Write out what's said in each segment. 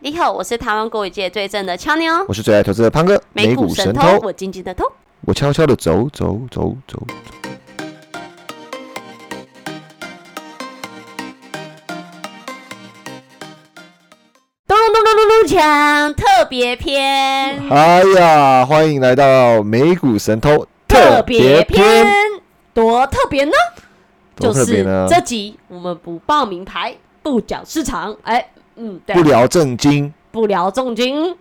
你好，我是台湾国语界最正的俏妞，我是最爱投资的胖哥，美股股神神偷，我静静的偷。我悄悄的走走走走。咚咚咚咚咚咚锵，特别篇，哎呀，欢迎来到美股神偷特别篇，多特别呢？多就特别是呢，这集我们不报名牌，不讲市场，哎，嗯，对不，聊正经，不聊重金，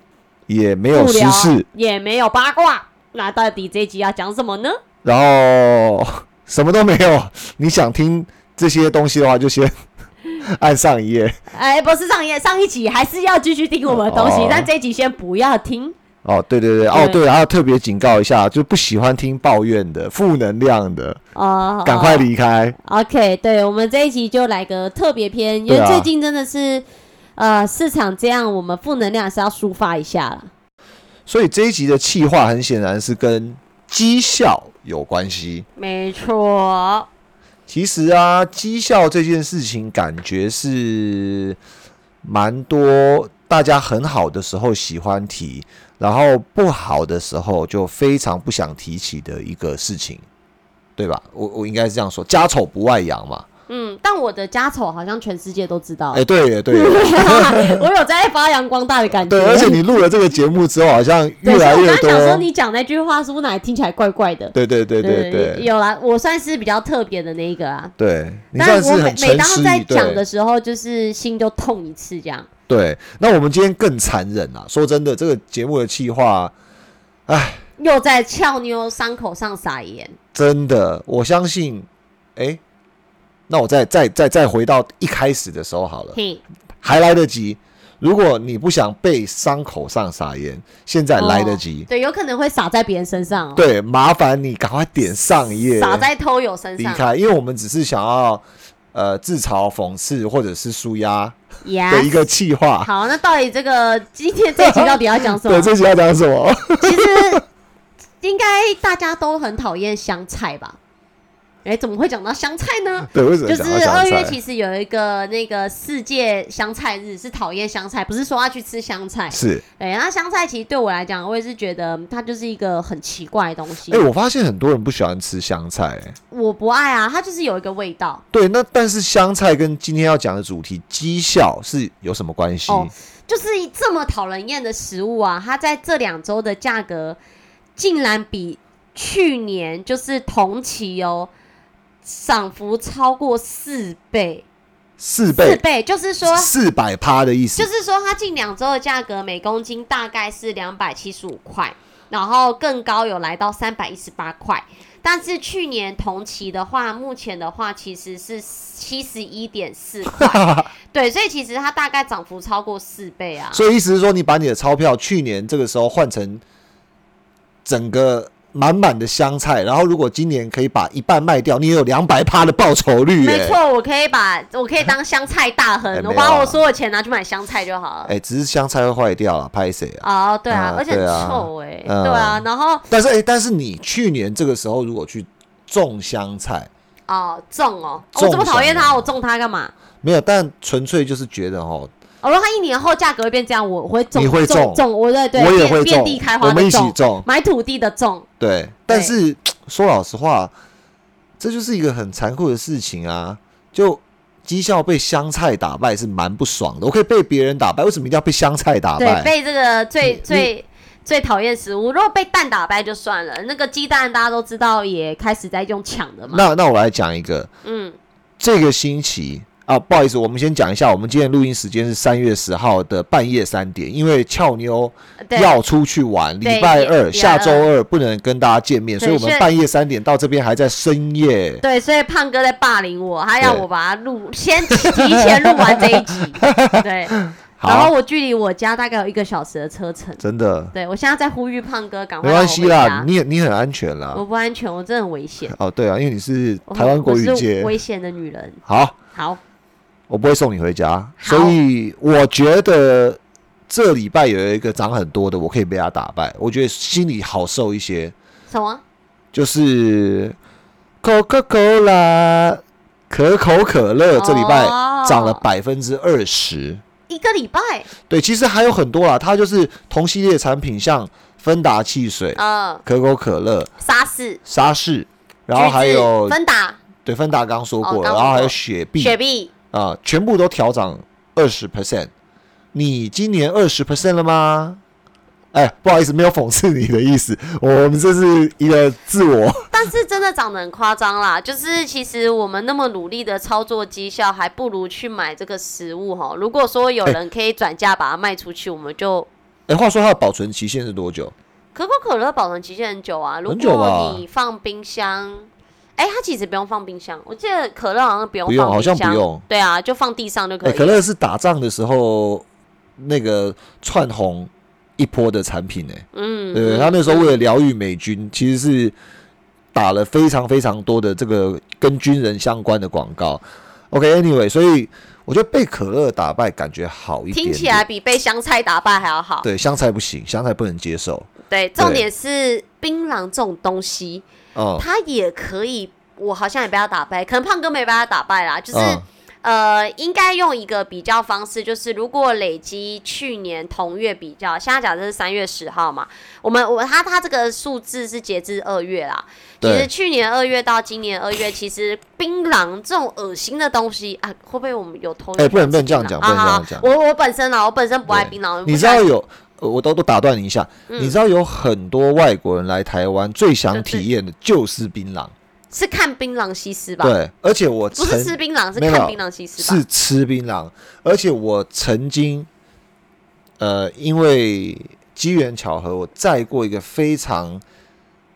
也没有不时聊事，也没有八卦，那到底这集要讲什么呢？然后什么都没有。你想听这些东西的话，就先 按上一页哎，不是上一上一集还是要继续听我们的东西哦，但这一集先不要听。哦。对对对，哦对对，还要特别警告一下，就不喜欢听抱怨的、负能量的，哦，赶快离开。 OK，对我们这一集就来个特别篇，因对为啊最近真的是，呃，市场这样，我们负能量是要抒发一下了。所以这一集的企划很显然是跟绩效有关系。没错，其实啊，绩效这件事情，感觉是蛮多大家很好的时候喜欢提，然后不好的时候就非常不想提起的一个事情，对吧？我我应该是这样说，家丑不外扬嘛。嗯，但我的家丑好像全世界都知道，哎、对耶对耶 我有在发扬光大的感觉。对，而且你录了这个节目之后，好像对，越来所以越我刚刚想说，多。你讲那句话是不是哪里听起来怪怪的？对对对对对有啦，我算是比较特别的那一个啊。对，你但算我每是很每诚当实在以讲对的。时候，就是心就痛一次这样。对，那我们今天更残忍啊！说真的，这个节目的企划，又在俏妞伤口上撒盐，真的，我相信，哎，那我再再再再回到一开始的时候好了，嘿，还来得及。如果你不想被伤口上撒盐，现在来得及。哦对，有可能会撒在别人身上哦，对，麻烦你赶快点上一页，撒在偷友身离上开，因为我们只是想要呃自嘲、讽刺或者是舒压的一，yes。个气划。哎好，那到底这个今天这一集到底要讲什么对，？这集要讲什么？ 其实应该大家都很讨厌香菜吧？哎，怎么会讲到香菜呢？嗯对，为什么就想要是讲二出来月其实有一个那个世界香菜日，是讨厌香菜，不是说要去吃香菜。是对，那香菜其实对我来讲，我也是觉得它就是一个很奇怪的东西哎、，我发现很多人不喜欢吃香菜、哎我不爱啊，它就是有一个味道。对，那但是香菜跟今天要讲的主题绩效是有什么关系？哦就是这么讨人厌的食物啊，它在这两周的价格竟然比去年就是同期哦，涨幅超过四倍，四四倍，倍，就是说。四百趴的意思。就是说，它近两周的价格每公斤大概是两百七十五块，然后更高有来到三百一十八块。但是去年同期的话，目前的话其实是七十一点四块， 对，所以其实它大概涨幅超过四倍啊。所以意思是说，你把你的钞票去年这个时候换成整个满满的香菜，然后如果今年可以把一半卖掉，你也有两百趴的报酬率、哎没，错，我可以把我可以当香菜大亨，哎没有我啊把我所有钱拿去买香菜就好了哎、。只是香菜会坏掉了，拍谁啊？哦，对啊，嗯而且很对啊臭哎，嗯对啊，然后但是哎、但是你去年这个时候如果去种香菜，哦种哦，种我这么讨厌什它，么我种它干嘛？没有，但纯粹就是觉得哦，我说它一年后价格会变这样，我我会种，你会种种我对对，我也遍会遍种地开，我花们的一起种，种。买土地的种，对，但是说老实话，这就是一个很残酷的事情啊！就绩效被香菜打败是蛮不爽的。我可以被别人打败，为什么一定要被香菜打对，败？被这个最你最。最讨厌食物，如果被蛋打败就算了，那个鸡蛋大家都知道也开始在用抢的嘛。那那我来讲一个，嗯，这个星期啊，不好意思，我们先讲一下，我们今天录音时间是三月十号的半夜三点，因为俏妞对，要出去玩，对礼拜也二、下周也二不能跟大家见面，对所以我们所以半夜三点到这边还在深夜。 对，所以胖哥在霸凌我，他要对我把它录，先提前录完这一集。 对，然后好，我距离我家大概有一个小时的车程。真的对我现在在呼吁胖哥赶快没让我关回系啦家，你也你很安全啦。我不安全，我真的很危险。哦，对啊，因为你是我 台湾国语我是界。危险的女人。好，好，我不会送你回家，所以我觉得这礼拜有一个涨很多的，我可以被他打败，我觉得心里好受一些。什么？就是 Coca Cola 呃可口可乐这礼拜哦涨了百分之二十，一个礼拜，对，其实还有很多啦，它就是同系列产品，像芬达汽水、嗯，可口可乐、沙士，沙士，然后还橘子有芬达、对芬达刚说哦过了，刚然后说还有过雪碧雪碧，啊、全部都调涨二十 percent。你今年二十 percent 了吗？哎，不好意思，没有讽刺你的意思，我们这是一个自我。 但是真的涨得很夸张啦， 就是其实我们那么努力的操作绩效，还不如去买这个食物哈。如果说有人可以转价把它卖出去，我们就哎，话说它的保存期限是多久？可口可乐保存期限很久啊。如很久吧果你放冰箱，哎、它其实不用放冰箱，我记得可乐好像不用不放用冰箱，好像不用对啊，就放地上就可哎，以。可乐是打仗的时候那个窜红一波的产品呢、嗯，对，嗯他那时候为了疗愈美军，其实是打了非常非常多的这个跟军人相关的广告。OK，Anyway，、所以我觉得被可乐打败感觉好一点听点起来比被香菜打败还要好。对香菜不行，香菜不能接受。对，重点是槟榔这种东西， 哦、它也可以，我好像也被它打败，可能胖哥没被它打败啦，就是。嗯呃，应该用一个比较方式，就是如果累积去年同月比较，现在假设是三月十号嘛，我们我他他这个数字是截至二月啦。其对实去年二月到今年二月，其实槟榔这种恶心的东西啊，会不会我们有偷？哎不能不能这样讲啊不能这样好好讲我我本身啊，我本身不爱槟榔，不你知喜欢道有，呃我都都打断你一下、你知道有很多外国人来台湾最想就是体验的就是槟榔，是看槟榔西施吧？，对，而且我不曾是吃槟榔，是没有看槟榔西施吧？是吃槟榔，而且我曾经，呃，因为机缘巧合，我载过一个非常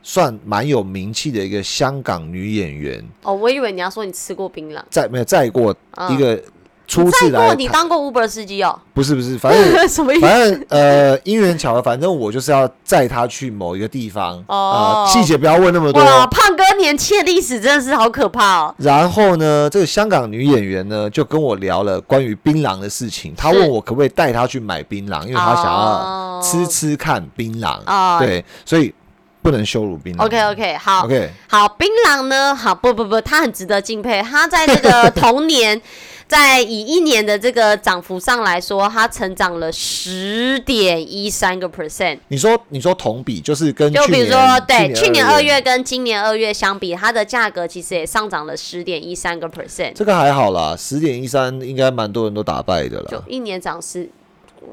算蛮有名气的一个香港女演员，哦，我以为你要说你吃过槟榔，载没有载过嗯一个初次再过来哎你台，当过 Uber 司机哦？不是不是，反 正什么意思？反正呃因缘巧合，反正我就是要载她去某一个地方，哦呃，细节不要问那么多。哇，胖哥年轻的历史真的是好可怕哦。然后呢，这个香港女演员呢就跟我聊了关于槟榔的事情，她是问我可不可以带她去买槟榔，因为她想要哦吃吃看槟榔。哦对，所以不能羞辱槟榔。 OK OK，好嗯 OK，好，槟榔呢？好，不不不，他很值得敬佩。他在这个同年，在以一年的这个涨幅上来说，他成长了十点一三个 percent。你说你说同比就是跟就比如说，对，去年二二月跟今年二月相比，它的价格其实也上涨了十点一三个 percent，这个还好啦，十点一三应该蛮多人都打败的就啊了。一年涨十。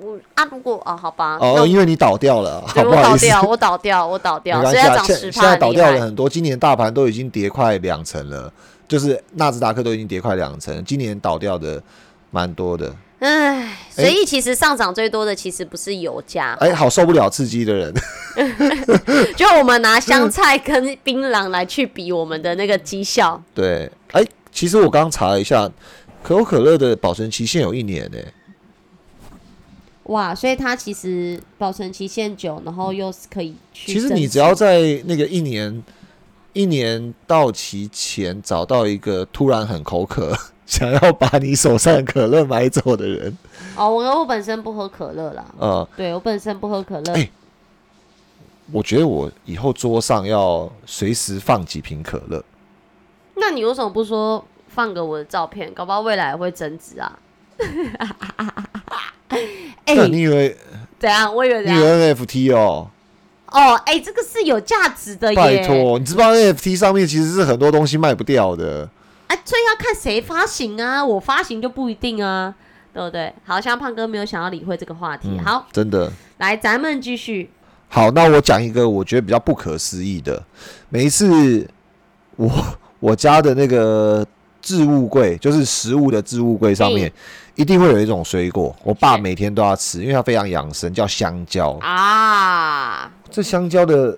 我啊，如果哦，好吧，那哦，我因为你倒掉了，好对不我好倒意思？掉，我倒掉，我倒掉，没所关以系它啊，涨现十现趴在倒很厉掉了害。很多，今年大盘都已经跌快两成了，就是纳斯达克都已经跌快两成，今年倒掉的蛮多的。唉，所以其实上涨最多的其实不是油价，哎，好受不了刺激的人， 就我们拿香菜跟槟榔来去比我们的那个绩效，对，哎，其实我刚查了一下，可口可乐的保存期限有一年呢、哇，所以它其实保存期限久，然后又是可以去其实你只要在那个一年一年到期前找到一个突然很口渴， 想要把你手上的可乐买走的人，哦，我我本身不喝可乐啦，呃，对我本身不喝可乐，哎我觉得我以后桌上要随时放几瓶可乐。那你为什么不说放个我的照片？搞不好未来会增值啊！ 哎、啊那你以为怎样？我以为你怎以样？为 NFT 哦？哦，哎、这个是有价值呃的耶！拜托，你知不知道 NFT 上面其实是很多东西卖不掉的。啊，所以要看谁发行啊，我发行就不一定啊，对不对？好像胖哥没有想要理会这个话题。嗯好，，真的。来咱们继续。好，那我讲一个我觉得比较不可思议的。每一次我我家的那个置物柜，就是食物的置物柜上面，一定会有一种水果，我嗯爸是每天都要吃，因为它非常养生，叫香蕉。啊，这香蕉的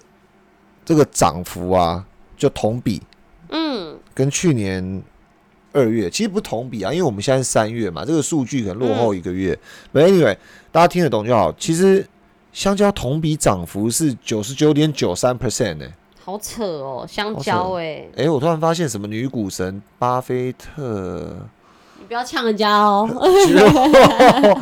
这个涨幅啊，就同比嗯，跟去年二月，其实不同比啊，因为我们现在是三月嘛，这个数据可嗯能落后一个月。But anyway，大家听得懂就好。其实香蕉同比涨幅是九十九点九三 percent 呢。好扯哦，香蕉好扯哎、哎、我突然发现什么女股神巴菲特，你不要呛人家哦。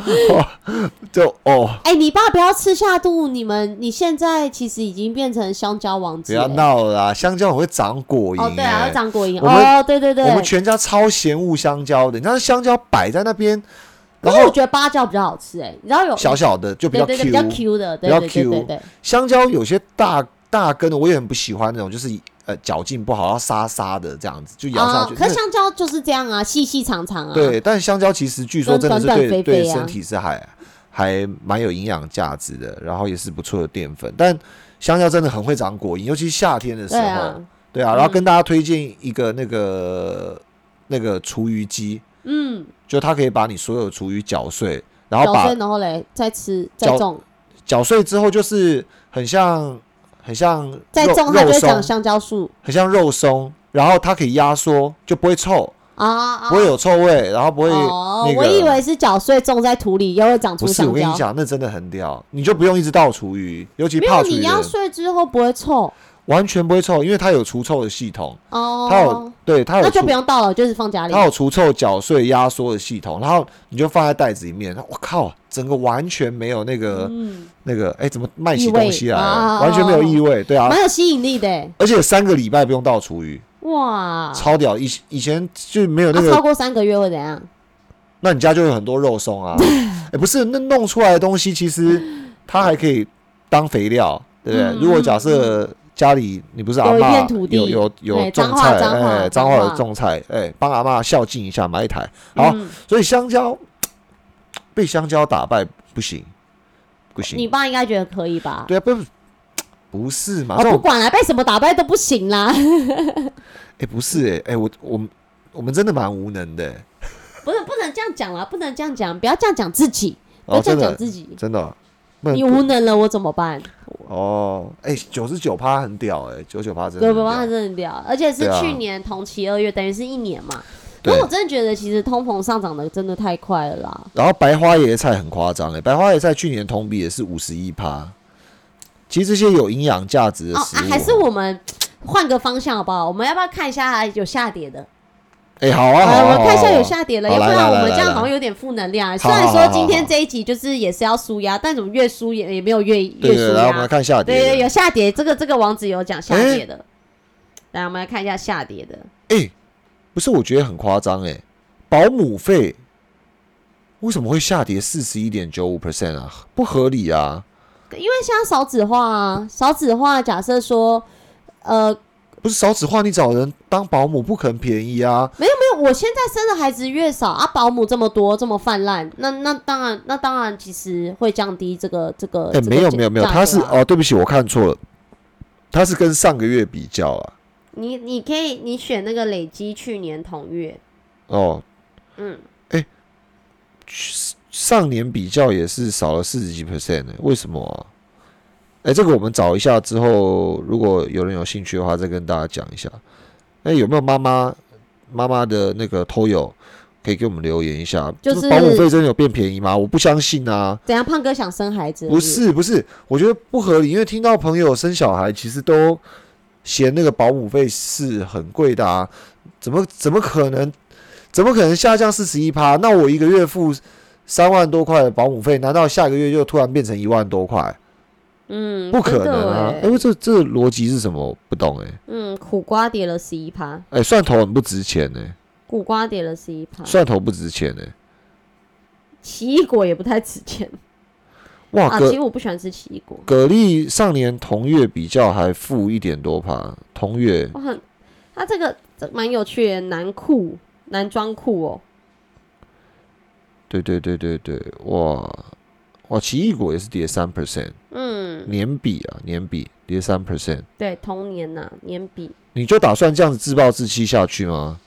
就哦，哎、你爸不要吃下肚，你们你现在其实已经变成香蕉王不子要了。闹了啦，香蕉很会长果蝇、哦，对啊，哎要张国营我们哦，对对对，我们全家超嫌恶香蕉的，你知道香蕉摆在那边，可然是我后觉得八角比较好吃哎、你知道有小小的就比对较对对比较 Q， Q 的，对比较对对对 Q 对，香蕉有些大大根的我也很不喜欢那种，就是呃嚼劲不好，然后沙沙的这样子就咬下啊去。，可那是香蕉就是这样啊，细细长长啊，对，但香蕉其实据说就真的是短对短肥肥对啊身体是还还蛮有营养价值的，然后也是不错的淀粉。但香蕉真的很会长果蝇，尤其是夏天的时对候。啊，对啊，然后跟大家推荐一个那个那个厨余机，嗯，就它可以把你所有厨余搅碎，然后嚼把碎然后嘞再吃再嚼种搅碎之后就是很像很像再肉种它就肉会长松，香蕉树很像肉松，然后它可以压缩，就不会臭，啊啊，不会有臭味，然后不会哦，那个。我以为是搅碎种在土里，又会长出不是，我香跟你蕉。讲，那真的很屌，你就不用一直倒厨余，尤其没泡有，厨余你的压人碎之后不会臭完全不会臭，因为它有除臭的系统，它有哦，对它有那就除不用倒了，就是放家里。它有除臭、搅碎、压缩的系统，然后你就放在袋子里面。我靠，整个完全没有那个、嗯，那个，哎，怎么卖异起味东西来了？啊完全没有异味，对啊。蛮有吸引力的欸，而且三个礼拜不用倒厨余，哇！超屌！以以前就没有那啊，个，超过三个月会怎样？那你家就有很多肉松啊。哎，不是，那弄出来的东西其实它还可以当肥料，对不对？嗯如果假设家里你不是阿有一片妈土，地有有有对种彰化菜，彰化哎，彰彰化化有种菜，哎，帮阿妈孝敬一下，买一台好。嗯所以香蕉被香蕉打败不行，不你行。爸应该觉得可以吧？对啊，啊不不是嘛？哦，这不种管了，被什么打败都不行啦。 哎、不是哎、哎、我我们我们真的蛮无能的、欸、不是，不能这样讲啦，不能这样讲，不要这样讲自己，不哦，要这真样讲的自己。真的哦不能你无能了，我怎么办？哦哎，九十九趴很屌哎、欸，九九趴真的对很不？屌他真的屌，而且是对啊去年同期二月，等于是一年嘛。可对我。真的觉得，其实通膨上涨的真的太快了啦。然后白花椰菜很夸张哎，白花椰菜去年同比也是五十一趴。其实这些有营养价值的哦食物啊哦、，还是我们换个方向好不好？我们要不要看一下有下跌的？哎、好啊好啊呃好啊我们看一下有下跌了，好要不来然来我们来这样来好像有点负能量。啊好虽然好说好今好天好这一集就是也是要输压，但怎么越输也也没有越对越对，输来我们来压。看下对对，跌有下跌，这个这个网址有讲下诶跌的。来，我们来看一下下跌的。哎、不是，我觉得很夸张哎，保姆费为什么会下跌四十一点九五 percent 啊？不合理啊！因为像少子化啊，少子化，假设说，呃，不是少子化，你找人当保姆不可能便宜啊！没有没有，我现在生的孩子越少啊，保姆这么多，这么泛滥，那那当然，那当然，其实会降低这个这个。这哎、个没有价没有没有，价他是格啊哦，对不起，我看错了，他是跟上个月比较啊。你你可以你选那个累积去年同月，哦，嗯，上年比较也是少了四十几 percent 呢、为什么啊？哎、这个我们找一下之后，如果有人有兴趣的话，再跟大家讲一下。哎、有没有妈妈妈妈的那个偷友可以给我们留言一下？就是保姆费真的有变便宜吗？我不相信啊！怎样？胖哥想生孩子？不，是不是，我觉得不合理，因为听到朋友生小孩，其实都嫌那个保姆费是很贵的啊，怎么怎么可能，怎么可能下降四十一趴？那我一个月付三万多块的保姆费，难道下个月就突然变成一万多块？嗯，不可真的能啊！欸哎、这这个逻辑是什么？我不懂哎、嗯，苦瓜跌了十一趴，哎、蒜头很不值钱呢、苦瓜跌了十一趴，蒜头不值钱欸呢、奇异果也不太值钱哇，啊。蛤其实我不喜欢吃奇异果，蛤蜊上年同月比较还负一点多趴，同月我很，它这个这蛮有趣的，男裤男装裤哦，对对对对对，哇哇，奇异果也是跌三 percent，嗯，年比啊年比跌三 percent，对，同年呐、年比，你就打算这样子自暴自弃下去吗？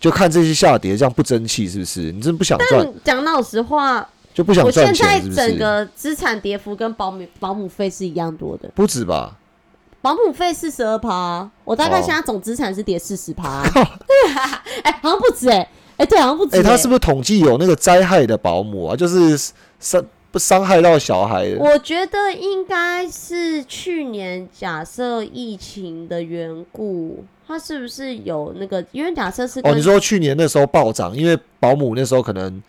就看这些下跌，这样不争气是不是？你真不想赚，但讲老实话，就不想我现在赚钱是不整是？个资产跌幅跟保姆保姆费是一样多的。不止吧？保姆费四十二趴，我大概哦现在总资产是跌四十 趴，哎、好像不止哎、哎、对，好像不止、哎、欸。他是不是统计有那个灾害的保姆啊？就是伤不伤害到小孩？我觉得应该是去年假设疫情的缘故，他是不是有那个？因为假设是跟、哦，你说去年那时候暴涨，因为保姆那时候可能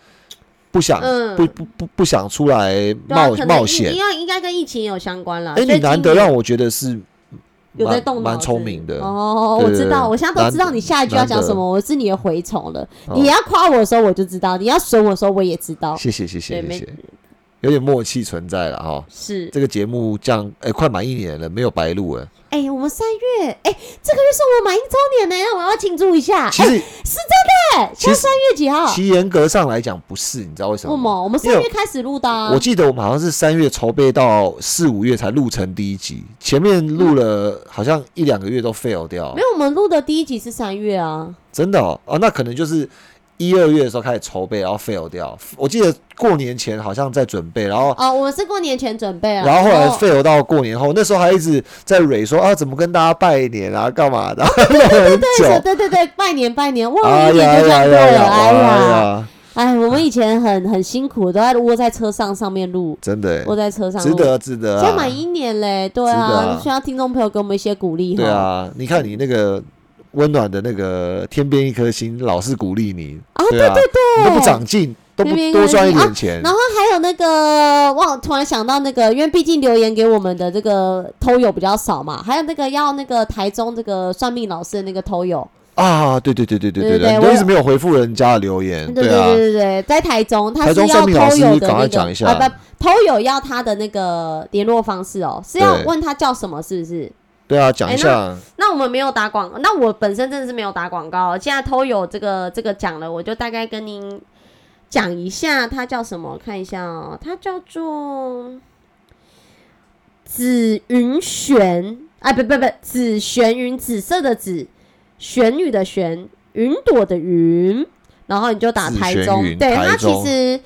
不想、嗯不不不不想出来对啊冒可能冒疫险应，该应该跟疫情也有相关啦。哎、啊所以你难今得年让我觉得是有在动脑子，蛮蛮聪明的哦，对我对知道，对我现在都知道你下一句要讲什么，我是你的蛔虫了。哦你要夸我的时候我就知道，你要损我的时候我也知道。谢谢谢谢对，谢没谢，有点默契存在了哈。是这个节目这样，哎、快满一年了，没有白录哎。哎、我们三月哎、这个月是我满一周年呢、我要庆祝一下。其哎实，是真的、欸，其现在实三月几号？其严格上来讲不是，你知道为什为么什吗？么？我们三月开始录的、啊我。记得我们好像是三月筹备到四五月才录成第一集，前面录了好像一两个月都 fail 掉没，有，我们录的第一集是三月啊。真的哦，哦那可能就是一二月的时候开始筹备，然后 fail 掉。我记得过年前好像在准备，然后哦，我是过年前准备啊。然后后来 fail 到过年后，那时候还一直在蕊说啊，怎么跟大家拜年啊，干 嘛的， 弄了很对久。对对对，拜年拜年，哇，哎一年呀就这样呀过了，呀呀！哎哎呀，呀，哎，我们以前很很辛苦，都在窝在车上上面录，真的窝在车上值录，得值得现在啊满！一年嘞，对值得啊啊，需要听众朋友给我们一些鼓励对哈。啊，你看你那个温暖的那个天边一颗星，老是鼓励你啊对啊，你都不长进，都不天边一颗多赚一星啊点钱然，后还有那个，哇，突然想到那个，因为毕竟留言给我们的这个偷友比较少嘛，还有那个要那个台中这个算命老师的那个偷友，啊，对对对对对对对对，你我都一直没有回复人家的留言，对啊对，对对，在台中，他台是中要算命老偷师友的赶快那讲一个下啊，不，偷友要他的那个联络方式哦，是要对问他叫什么，是不是？对啊，讲哎一下，那我们没有打广，那我本身真的是没有打广告。现在偷友这个这个讲了，我就大概跟您讲一下，它叫什么？看一下哦，它叫做紫云玄，哎，不不不，紫玄云，紫色的紫，玄女的玄，云朵的云。然后你就打紫台玄中，云对台它其中实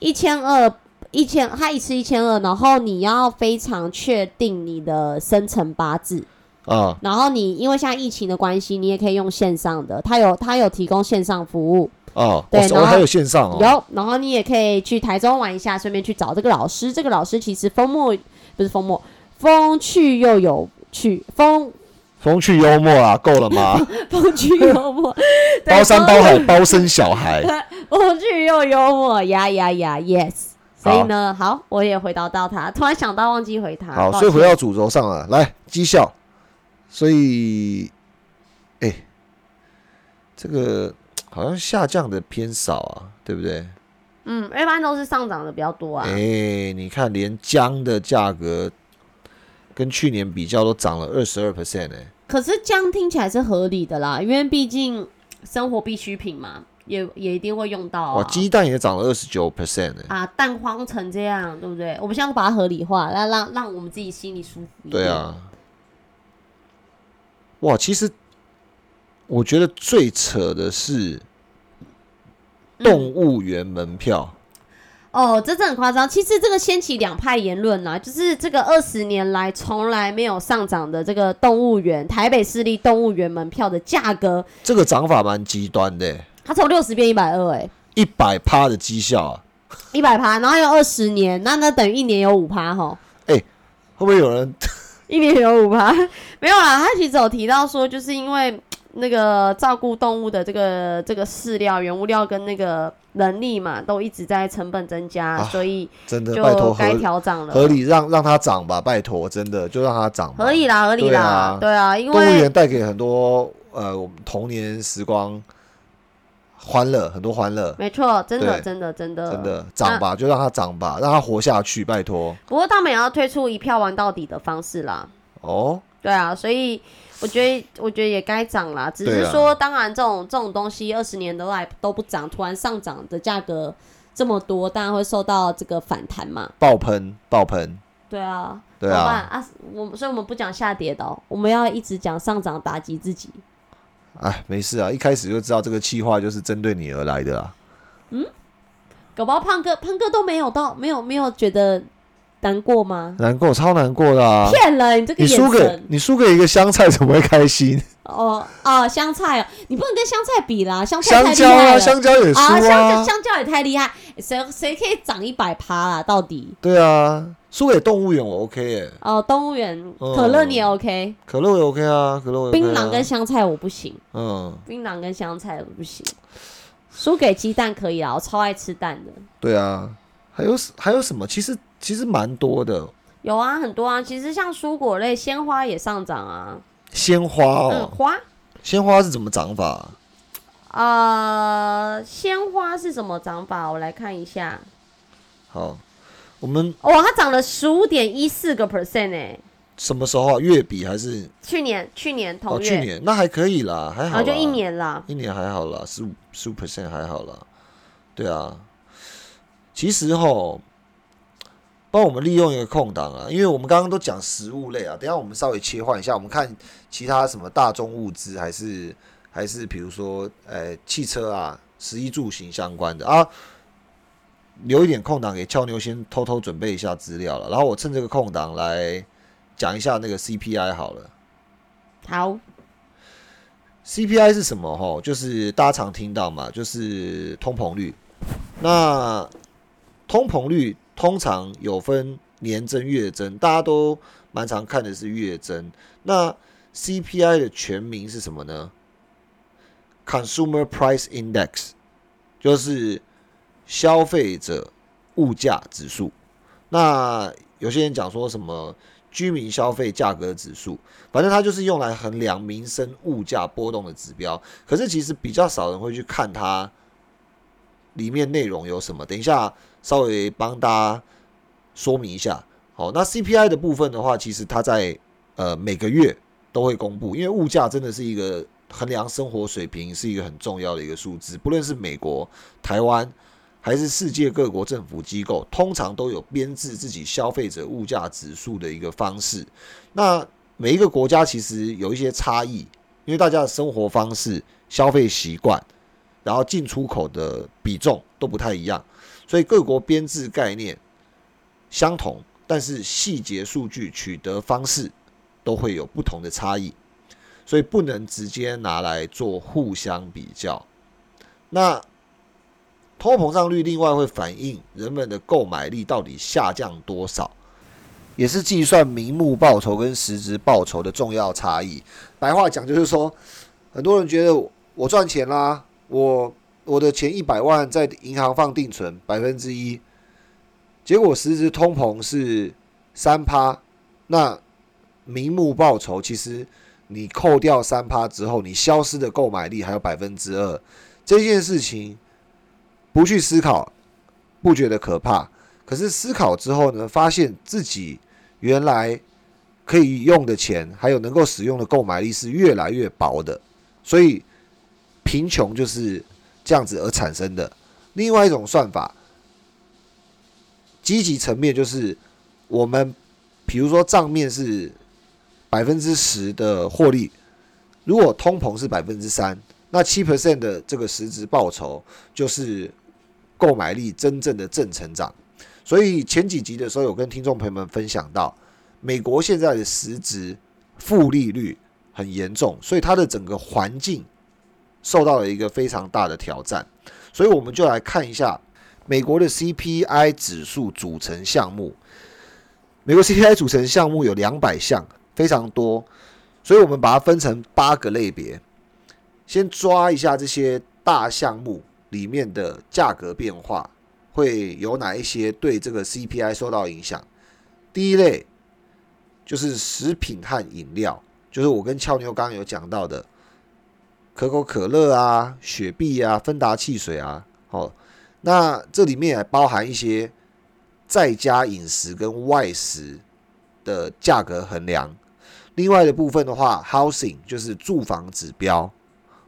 一千二一千，它一次一千二，然后你要非常确定你的生辰八字。啊，然后你因为现在疫情的关系，你也可以用线上的，它有它有提供线上服务，哦，对我手然后还有线上哦，有，然后你也可以去台中玩一下，顺便去找这个老师。这个老师其实风墨不是风墨，风趣又有趣，风 风趣幽默啊，够了吗？风趣幽 默，对包山包海，包生小 孩，风风趣又幽默，呀呀呀，yes。所以呢，好，我也回答到他，突然想到忘记回他，好，抱所以回歉到主轴上了，来绩效，所以，哎、这个好像下降的偏少啊，对不对？嗯，一般都是上涨的比较多啊哎、，你看连姜的价格跟去年比较都涨了二十二 percent 哎，可是这样听起来是合理的啦，因为毕竟生活必需品嘛，也也一定会用到啊。哇，鸡蛋也涨了二十九 percent 哎，啊，蛋荒成这样，对不对？我们现在把它合理化，让让让我们自己心里舒服一点。对，啊，哇，其实我觉得最扯的是嗯动物园门票。哦，这真的很夸张。其实这个掀起两派言论呐、就是这个二十年来从来没有上涨的这个动物园台北市立动物园门票的价格，这个涨法蛮极端的、欸它从六十变一百二，哎，一百趴的绩效啊！一百趴，然后有二十年，那那等于一年有五趴吼。会不会 有人？一年有五趴，没有啦。他其实有提到说，就是因为那个照顾动物的这个这个饲料、原物料跟那个人力嘛，都一直在成本增加，啊所以真的，拜就托该合调涨了。合理让让它涨吧，拜托，真的就让它涨吧。合理啦，合理啦，对啊，因动物为园带给很多呃我们童年时光欢乐，很多欢乐，没错，真的对真的真的真的涨吧，就让它涨吧，让它活下去，拜托。不过他们也要推出一票玩到底的方式啦。哦，对啊，所以我觉得，我觉得也该涨啦。只对是啊说，当然这种这种东西，二十年都来都不涨，突然上涨的价格这么多，当然会受到这个反弹嘛。爆喷爆喷，对啊，对怎么办啊，啊，我们所以我们不讲下跌的、哦，我们要一直讲上涨打击自己。哎，没事啊，一开始就知道这个气话就是针对你而来的啊啦。搞不好胖哥胖哥都没有到，没有没有觉得难过吗？难过，超难过的啊！骗人！你这个你输眼给神你输给一个香菜，怎么会 开心？哦啊，香菜哦，你不能跟香菜比啦，香菜太香厉蕉害啊，了香蕉也输啊，香啊，蕉香蕉也太厉害，谁谁可以涨一百趴啊？到底对啊，输给动物园我 OK 耶，哦，动物园嗯可乐你也 OK，可乐我也 OK 啊，可乐我也 OK 啊槟榔跟香菜我不行，嗯，槟榔跟香菜我不行，输给鸡蛋可以啦，我超爱吃蛋的。对啊，还有什还有什么？其实其实蛮多的，有啊，很多啊。其实像蔬果类，鲜花也上涨啊。鲜花嗯，哦，花，鲜花是怎么长法？呃，鲜花是什么长法？我来看一下。好，我们哇，它涨了十五点一四个 percent 哎，什么时候啊？月比还是去年去年同哦？月，去年那还可以啦，还然好后啦，哦就一，年啦。一年还好啦，十五十五 percent 还好啦。对啊，其实吼，帮我们利用一个空档啊，因为我们刚刚都讲食物类啊，等一下我们稍微切换一下，我们看其他什么大众物资，还是还是比如说呃汽车啊、食衣住行相关的啊，留一点空档给俏妞先偷偷准备一下资料了，然后我趁这个空档来讲一下那个 CPI 好了。好， CPI 是什么？吼，就是大家常听到嘛，就是通膨率。那通膨率通常有分年增、月增，大家都蛮常看的是月增。那 CPI 的全名是什么呢？Consumer Price Index，就是消费者物价指数。那有些人讲说什么居民消费价格指数，反正它就是用来衡量民生物价波动的指标。可是其实比较少人会去看它里面内容有什么。等一下稍微帮大家说明一下。好，那 CPI 的部分的话，其实它在呃每个月都会公布，因为物价真的是一个衡量生活水平是一个很重要的一个数字，不论是美国、台湾。还是世界各国政府机构通常都有编制自己消费者物价指数的一个方式。那每一个国家其实有一些差异，因为大家的生活方式、消费习惯，然后进出口的比重都不太一样，所以各国编制概念相同，但是细节数据取得方式都会有不同的差异，所以不能直接拿来做互相比较。那通货膨胀率另外会反映人们的购买力到底下降多少。也是计算名目报酬跟实质报酬的重要差异。白话讲就是说，很多人觉得我我赚钱啦，我我的钱一百万在银行放定存百分之一，结果实质通膨是三趴，那名目报酬其实你扣掉三趴之后，你消失的购买力还有百分之二，这件事情不去思考，不觉得可怕，可是思考之后呢，发现自己原来可以用的钱，还有能够使用的购买力是越来越薄的，所以贫穷就是这样子而产生的。另外一种算法，积极层面就是我们，比如说账面是百分之十的获利，如果通膨是百分之三，那七 percent 的这个实质报酬就是购买力真正的正成长。所以前几集的时候有跟听众朋友们分享到，美国现在的实质负利率很严重，所以它的整个环境受到了一个非常大的挑战。所以我们就来看一下美国的 CPI 指数组成项目。美国 CPI 组成项目有两百项，非常多，所以我们把它分成八个类别。先抓一下这些大项目里面的价格变化，会有哪一些对这个 CPI 受到影响？第一类就是食品和饮料，就是我跟俏妞刚刚有讲到的可口可乐啊、雪碧啊、芬达汽水啊。哦，那这里面也包含一些在家饮食跟外食的价格衡量。另外的部分的话，housing 就是住房指标。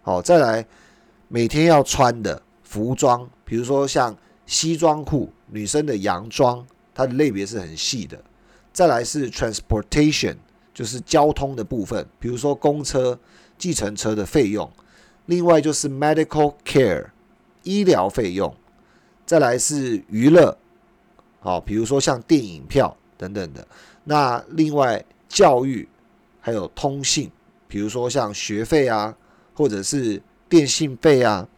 好、再来每天要穿的服装，比如说像西装裤、女生的洋装，它的类别是很细的。再来是 transportation，就是交通的部分，比如说公车、计程车的费用。另外就是 medical care，医疗费用。再来是娱乐，好、比如说像电影票等等的。那另外教育还有通信，比如说像学费啊，或者是电信费啊。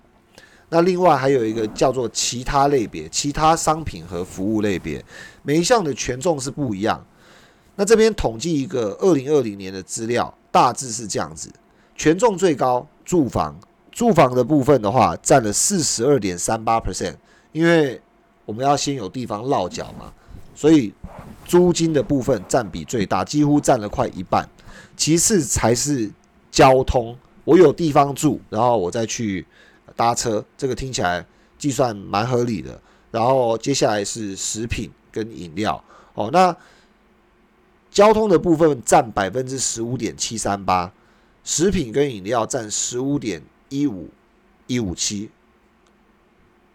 那另外还有一个叫做其他类别，其他商品和服务类别，每一项的权重是不一样。那这边统计一个二零二零年的资料，大致是这样子：权重最高住房，住房的部分的话占了四十二点三八 percent，因为我们要先有地方落脚嘛，所以租金的部分占比最大，几乎占了快一半，其次才是交通，我有地方住，然后我再去搭车，这个听起来计算蛮合理的。然后接下来是食品跟饮料，哦，那交通的部分占百分之十五点七三八，食品跟饮料占十五点一五一五七，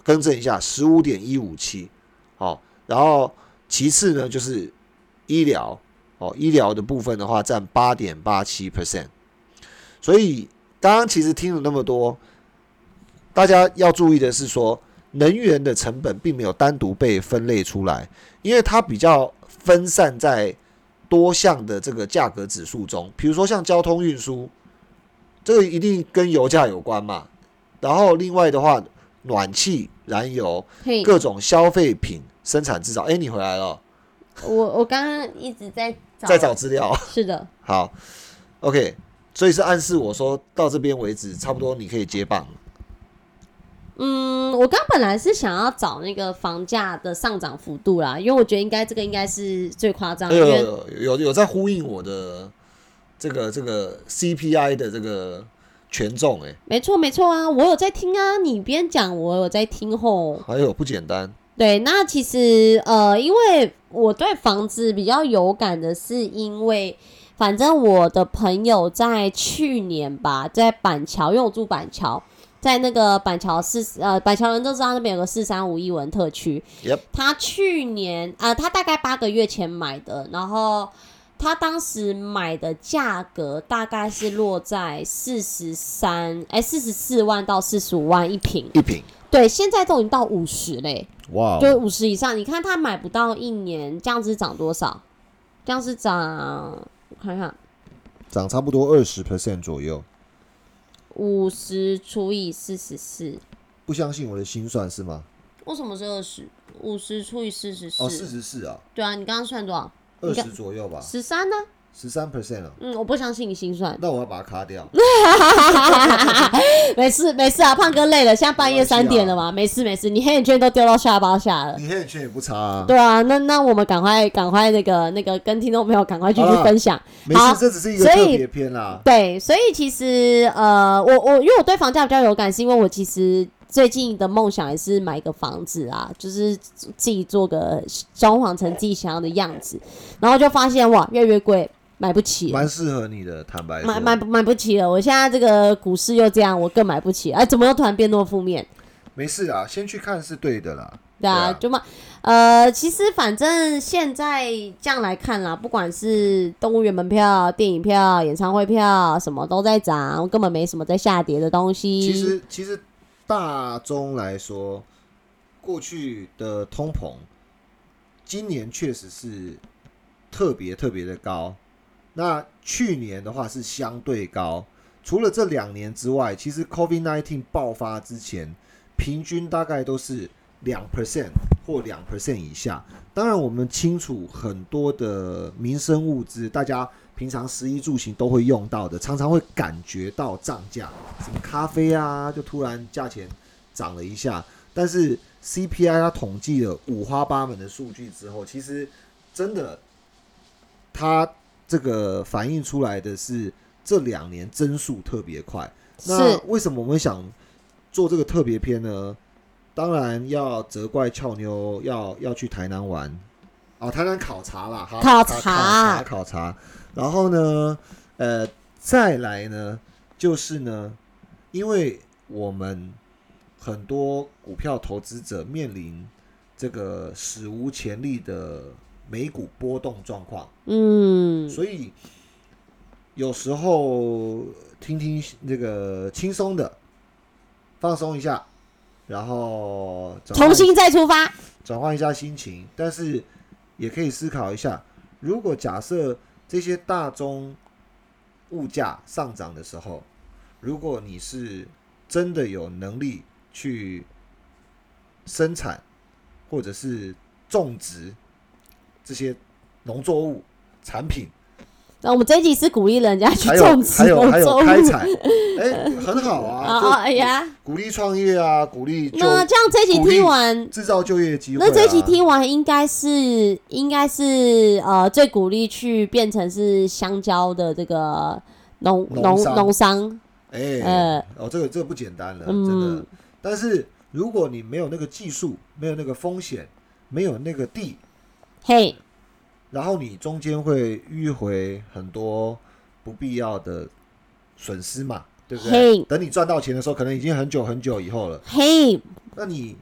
更正一下，十五点一五七，好，然后其次呢就是医疗，哦，医疗的部分的话占八点八七 percent，所以刚刚其实听了那么多，大家要注意的是说，能源的成本并没有单独被分类出来，因为它比较分散在多项的这个价格指数中，比如说像交通运输，这个一定跟油价有关嘛，然后另外的话，暖气、燃油。嘿，各种消费品生产制造。哎、你回来了，我我刚刚一直在找，再找资料。是的，好，OK，所以是暗示我说到这边为止，差不多你可以接棒。嗯，我刚本来是想要找那个房价的上涨幅度啦，因为我觉得应该这个应该是最夸张，哎因呦，为有有有在呼应我的这个这个 CPI 的这个权重、哎，没错没错啊，我有在听啊，你边讲我有在听吼。还有不简单。对，那其实呃，因为我对房子比较有感的是，因为反正我的朋友在去年吧，在板桥，因为我住板桥，在那个板桥四呃板桥人都知道那边有个四三五艺文特区， Yep 他去年啊、呃他大概八个月前买的，然后他当时买的价格大概是落在四十三哎四十四万到四十五万一平，一品，对，现在都已经到五十嘞。哇哦就五十以上，你看他买不到一年，这样子涨多少？这样子涨，我看看，涨差不多二十 percent 左右。五十除以四十四，不相信我的心算是吗？为什么是二十？五十除以四十四，十四啊，对啊，你刚刚算多少？你看左右吧十三呢？十三 percent 啊。嗯，我不相信你心算，那我要把它卡掉。 没事没事啊，胖哥累了，现在半夜没关系啊三点了嘛，没事没事，你黑眼圈都丢到下巴下了。你黑眼圈也不差啊。对啊，那那我们赶快赶快那个那个跟听众朋友赶快继续好啦分享。没事好，这只是一个所特以别篇啦。对，所以其实呃，我我因为我对房价比较有感，是因为我其实最近的梦想也是买一个房子啊，就是自己做个装潢成自己想要的样子，然后就发现哇，越来越贵，买不起了。蛮适合你的，坦白买说，买不买不起了，我现在这个股市又这样，我更买不起。哎，怎么又突然变那么负面？没事啊，先去看是对的啦。对啊，对啊就嘛，呃，其实反正现在这样来看啦，不管是动物园门票、电影票、演唱会票，什么都在涨，根本没什么在下跌的东西。其实其实大中来说，过去的通膨，今年确实是特别特别的高。那去年的话是相对高，除了这两年之外，其实 COVID-19 爆发之前，平均大概都是两 percent 或两 percent 以下。当然，我们清楚很多的民生物资，大家平常食衣住行都会用到的，常常会感觉到涨价，什么咖啡啊，就突然价钱涨了一下。但是 CPI 它统计了五花八门的数据之后，其实真的，它这个反映出来的是这两年增速特别快。那是为什么我们想做这个特别篇呢？当然要责怪俏妞要要去台南玩，哦，台南考察啦，哈考考察考察考察。然后呢，呃，再来呢，就是呢，因为我们很多股票投资者面临这个史无前例的美股波动状况，嗯，所以有时候听听那个轻松的，放松一下，然后转换重新再出发。转换一下心情，但是也可以思考一下，如果假设这些大宗物价上涨的时候，如果你是真的有能力去生产或者是种植这些农作物产品，那我们这一集是鼓励人家去还有种植还有农还有作开物。 采，哎、很好啊啊，啊就哎呀，鼓励创业啊，鼓励就那这样这一集鼓励听完，制造就业机会、啊。那这一集听完应该是应该是呃最鼓励去变成是香蕉的这个农农农商农商，哎、呃哦，这个这个不简单了，嗯真的。但是如果你没有那个技术，没有那个风险，没有那个地，嘿，然后你中间会迂回很多不必要的损失嘛，对不对？嘿，等你赚到钱的时候，可能已经很久很久以后了。嘿，那你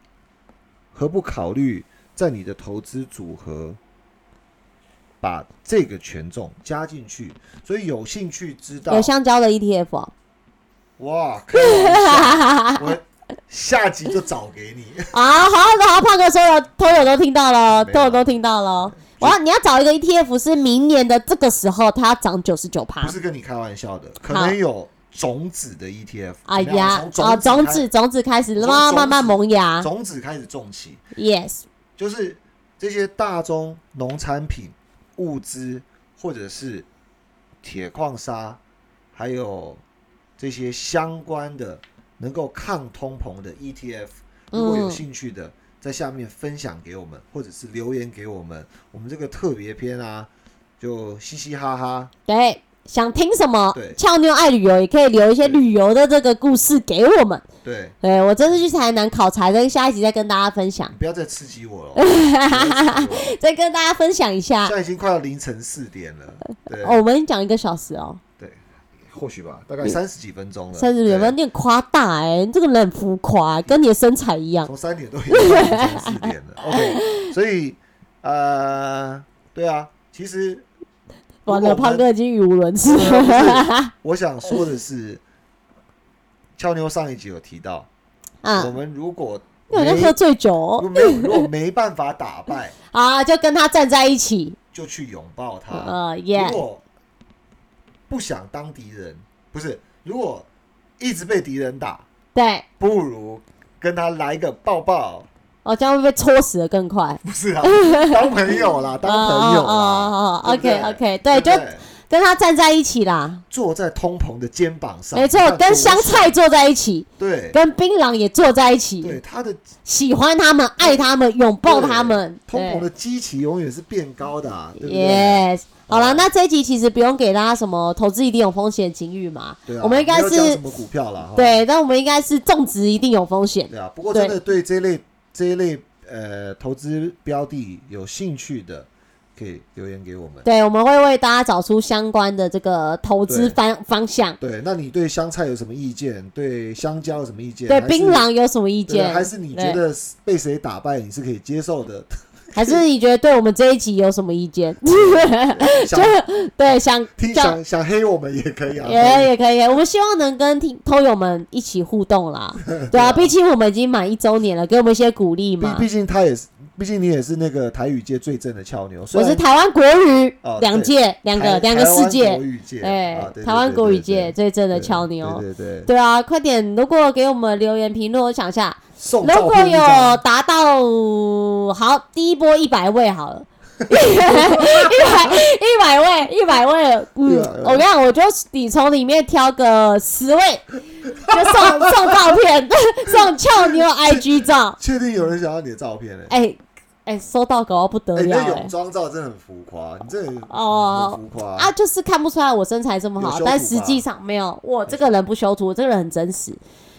何不考虑在你的投资组合把这个权重加进去？所以有兴趣知道有香蕉的 ETF，哦 哇，开玩笑我下集就找给你。 啊，好好的，好，胖哥说了，都友都听到了，没有都友都听到了。我要你要找一个 ETF 是明年的这个时候它要涨九十九趴不，是跟你开玩笑的，可能有种子的 E ETF。哎有没有呀，哦从啊，种子子种子开始从慢种慢慢子萌开芽种子开始种起， ，yes，就是这些大宗农产品、物资，或者是铁矿砂，还有这些相关的能够抗通膨的 ETF，如果有嗯兴趣的。在下面分享给我们，或者是留言给我们，我们这个特别篇啊，就嘻嘻哈哈，对。想听什么对俏妞爱旅游，也可以留一些对旅游的这个故事给我们。对，对我这次去台南考察，跟下一集再跟大家分享你，不要再刺激我了哦，不要再刺激我了再跟大家分享一下现。在已经快要凌晨四点了，对、哦，我们讲一个小时哦，或许吧，大概三十几分钟了，甚至有没有对点夸大、欸？哎，这个人很浮夸、跟你的身材一样。从三点都已经快凌晨四点了，OK，所以呃，对啊，其实完如了，果我胖们哥已经语无伦次不是了。我想说的是，俏妞上一集有提到，我啊，们如果因为我在没喝醉酒哦如果没有如果没办法打败，啊，就跟他站在一起。就去拥抱他，呃，耶如，果不想当敌人，不是如果一直被敌人打。对，不如跟他来个抱抱，哦，这样会被戳死的更快。不是啊，当朋友啦，当朋友啦。哦对不对，OK OK，对，对不就对，跟他站在一起啦。坐在通膨的肩膀上，没你错，看跟多香爽菜坐在一起，对跟槟榔也坐在一对，起，他的喜欢他们，爱他们，拥抱他们。通膨对的基期永远是变高的啊，对不对？ ，Yes。好了，那这一集其实不用给大家什么投资一定有风险的警语嘛，对啊，我们应该没有讲是什么股票啦，哈对，但我们应该是种植一定有风险。对啊。不过真的对这一类这一类呃投资标的有兴趣的，可以留言给我们。对，我们会为大家找出相关的这个投资对方方向。对，那你对香菜有什么意见？对香蕉有什么意见？对还是槟榔有什么意对啊见？还是你对？觉得被谁打败你是可以接 受的？还是你觉得对我们这一集有什么意 见？ 想对，想听想想想黑我们也可以啊。也也可以，我们希望能跟听偷友们一起互动 啦。对啊，毕竟我们已经满一周年了，给我们一些鼓励毕嘛。毕竟他也是，毕竟你也是那个台语界最正的俏妞。虽我然是台湾国语哦对两届，两个台两个世台湾界国，语界，啊哎对，对台湾对国语对界对最正的对俏妞。对对对，对啊，快点！如果给我们留言评论，我想一下，送如哦照果片一有张达到好第一波一百位好了。 一百一百位，一百位，嗯，对啊对啊我跟你讲，我就你从里面挑个十位，就送 送照片， 送俏妞 IG 照，确定有人想要你的照片嘞？哎、哎、收到狗不得哎，你了、的哎、泳装照真的很浮夸，你这很哦浮夸啊，！就是看不出来我身材这么有好修，但图实吧际上没有，我这个人不修图，我这个人很真实，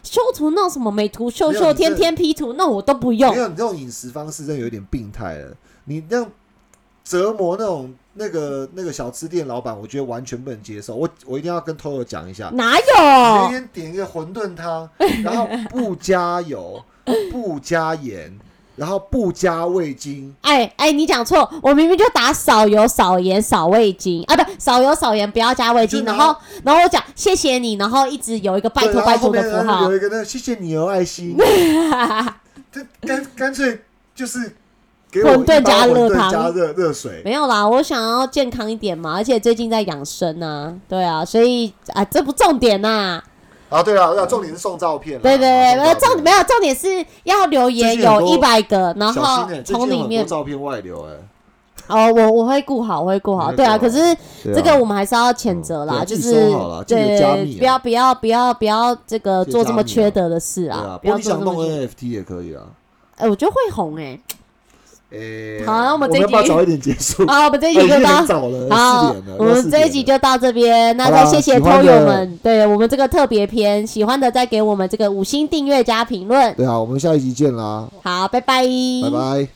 修图那种什么美图秀没有秀、你这天天 P 图，那我都不用没。有你这种饮食方式真的有点病态了，你那样折磨那种那个那个小吃店老板，我觉得完全不能接受。我我一定要跟 Toro 讲一下，哪你有那？天点一个馄 饨汤，然后不加油，不加盐，然后不加味精，哎哎，你讲错，我明明就打少油、少盐、少味精啊，不，少油、少盐，不要加味精。就然拿后，然后我讲谢谢你，然后一直有一个拜对托然后拜后托的面符号有。一个那个谢谢你哦，爱心，这干干脆就是给我馄饨一包加馄热饨汤加热热水，没有啦，我想要健康一点嘛，而且最近在养生啊，对啊，所以啊，这不重点呐、啊，对啊，对啊，重点是送照片啦。啊对对对，没有送照重片没有重点是要留言最近很有多一百个，然小后心欸，最近从有里很多面照片外流哎、哦，我我会顾好，我会顾好。你会对啊，顾好可是对啊这个我们还是要谴责嗯对啦，啊就自己是收好啦记得加密对，啊不要不要不要不要这个记得做这加么密啊缺德的事对啊啊，，不不过要你做想这么弄缺。 NFT 也可以啊。哎，我觉得会红哎。诶，好那我们这一要不要集早一点结束？ 好，我们这一 哎集已就经到很。早了，呃四好点了，，我们这一集要就到这边。那好再啦谢谢喜偷欢友的们，对我们这个特别篇，喜欢的再给我们这个五星订阅加评论4点了。对啊，我们下一集见啦，好，拜拜，拜拜。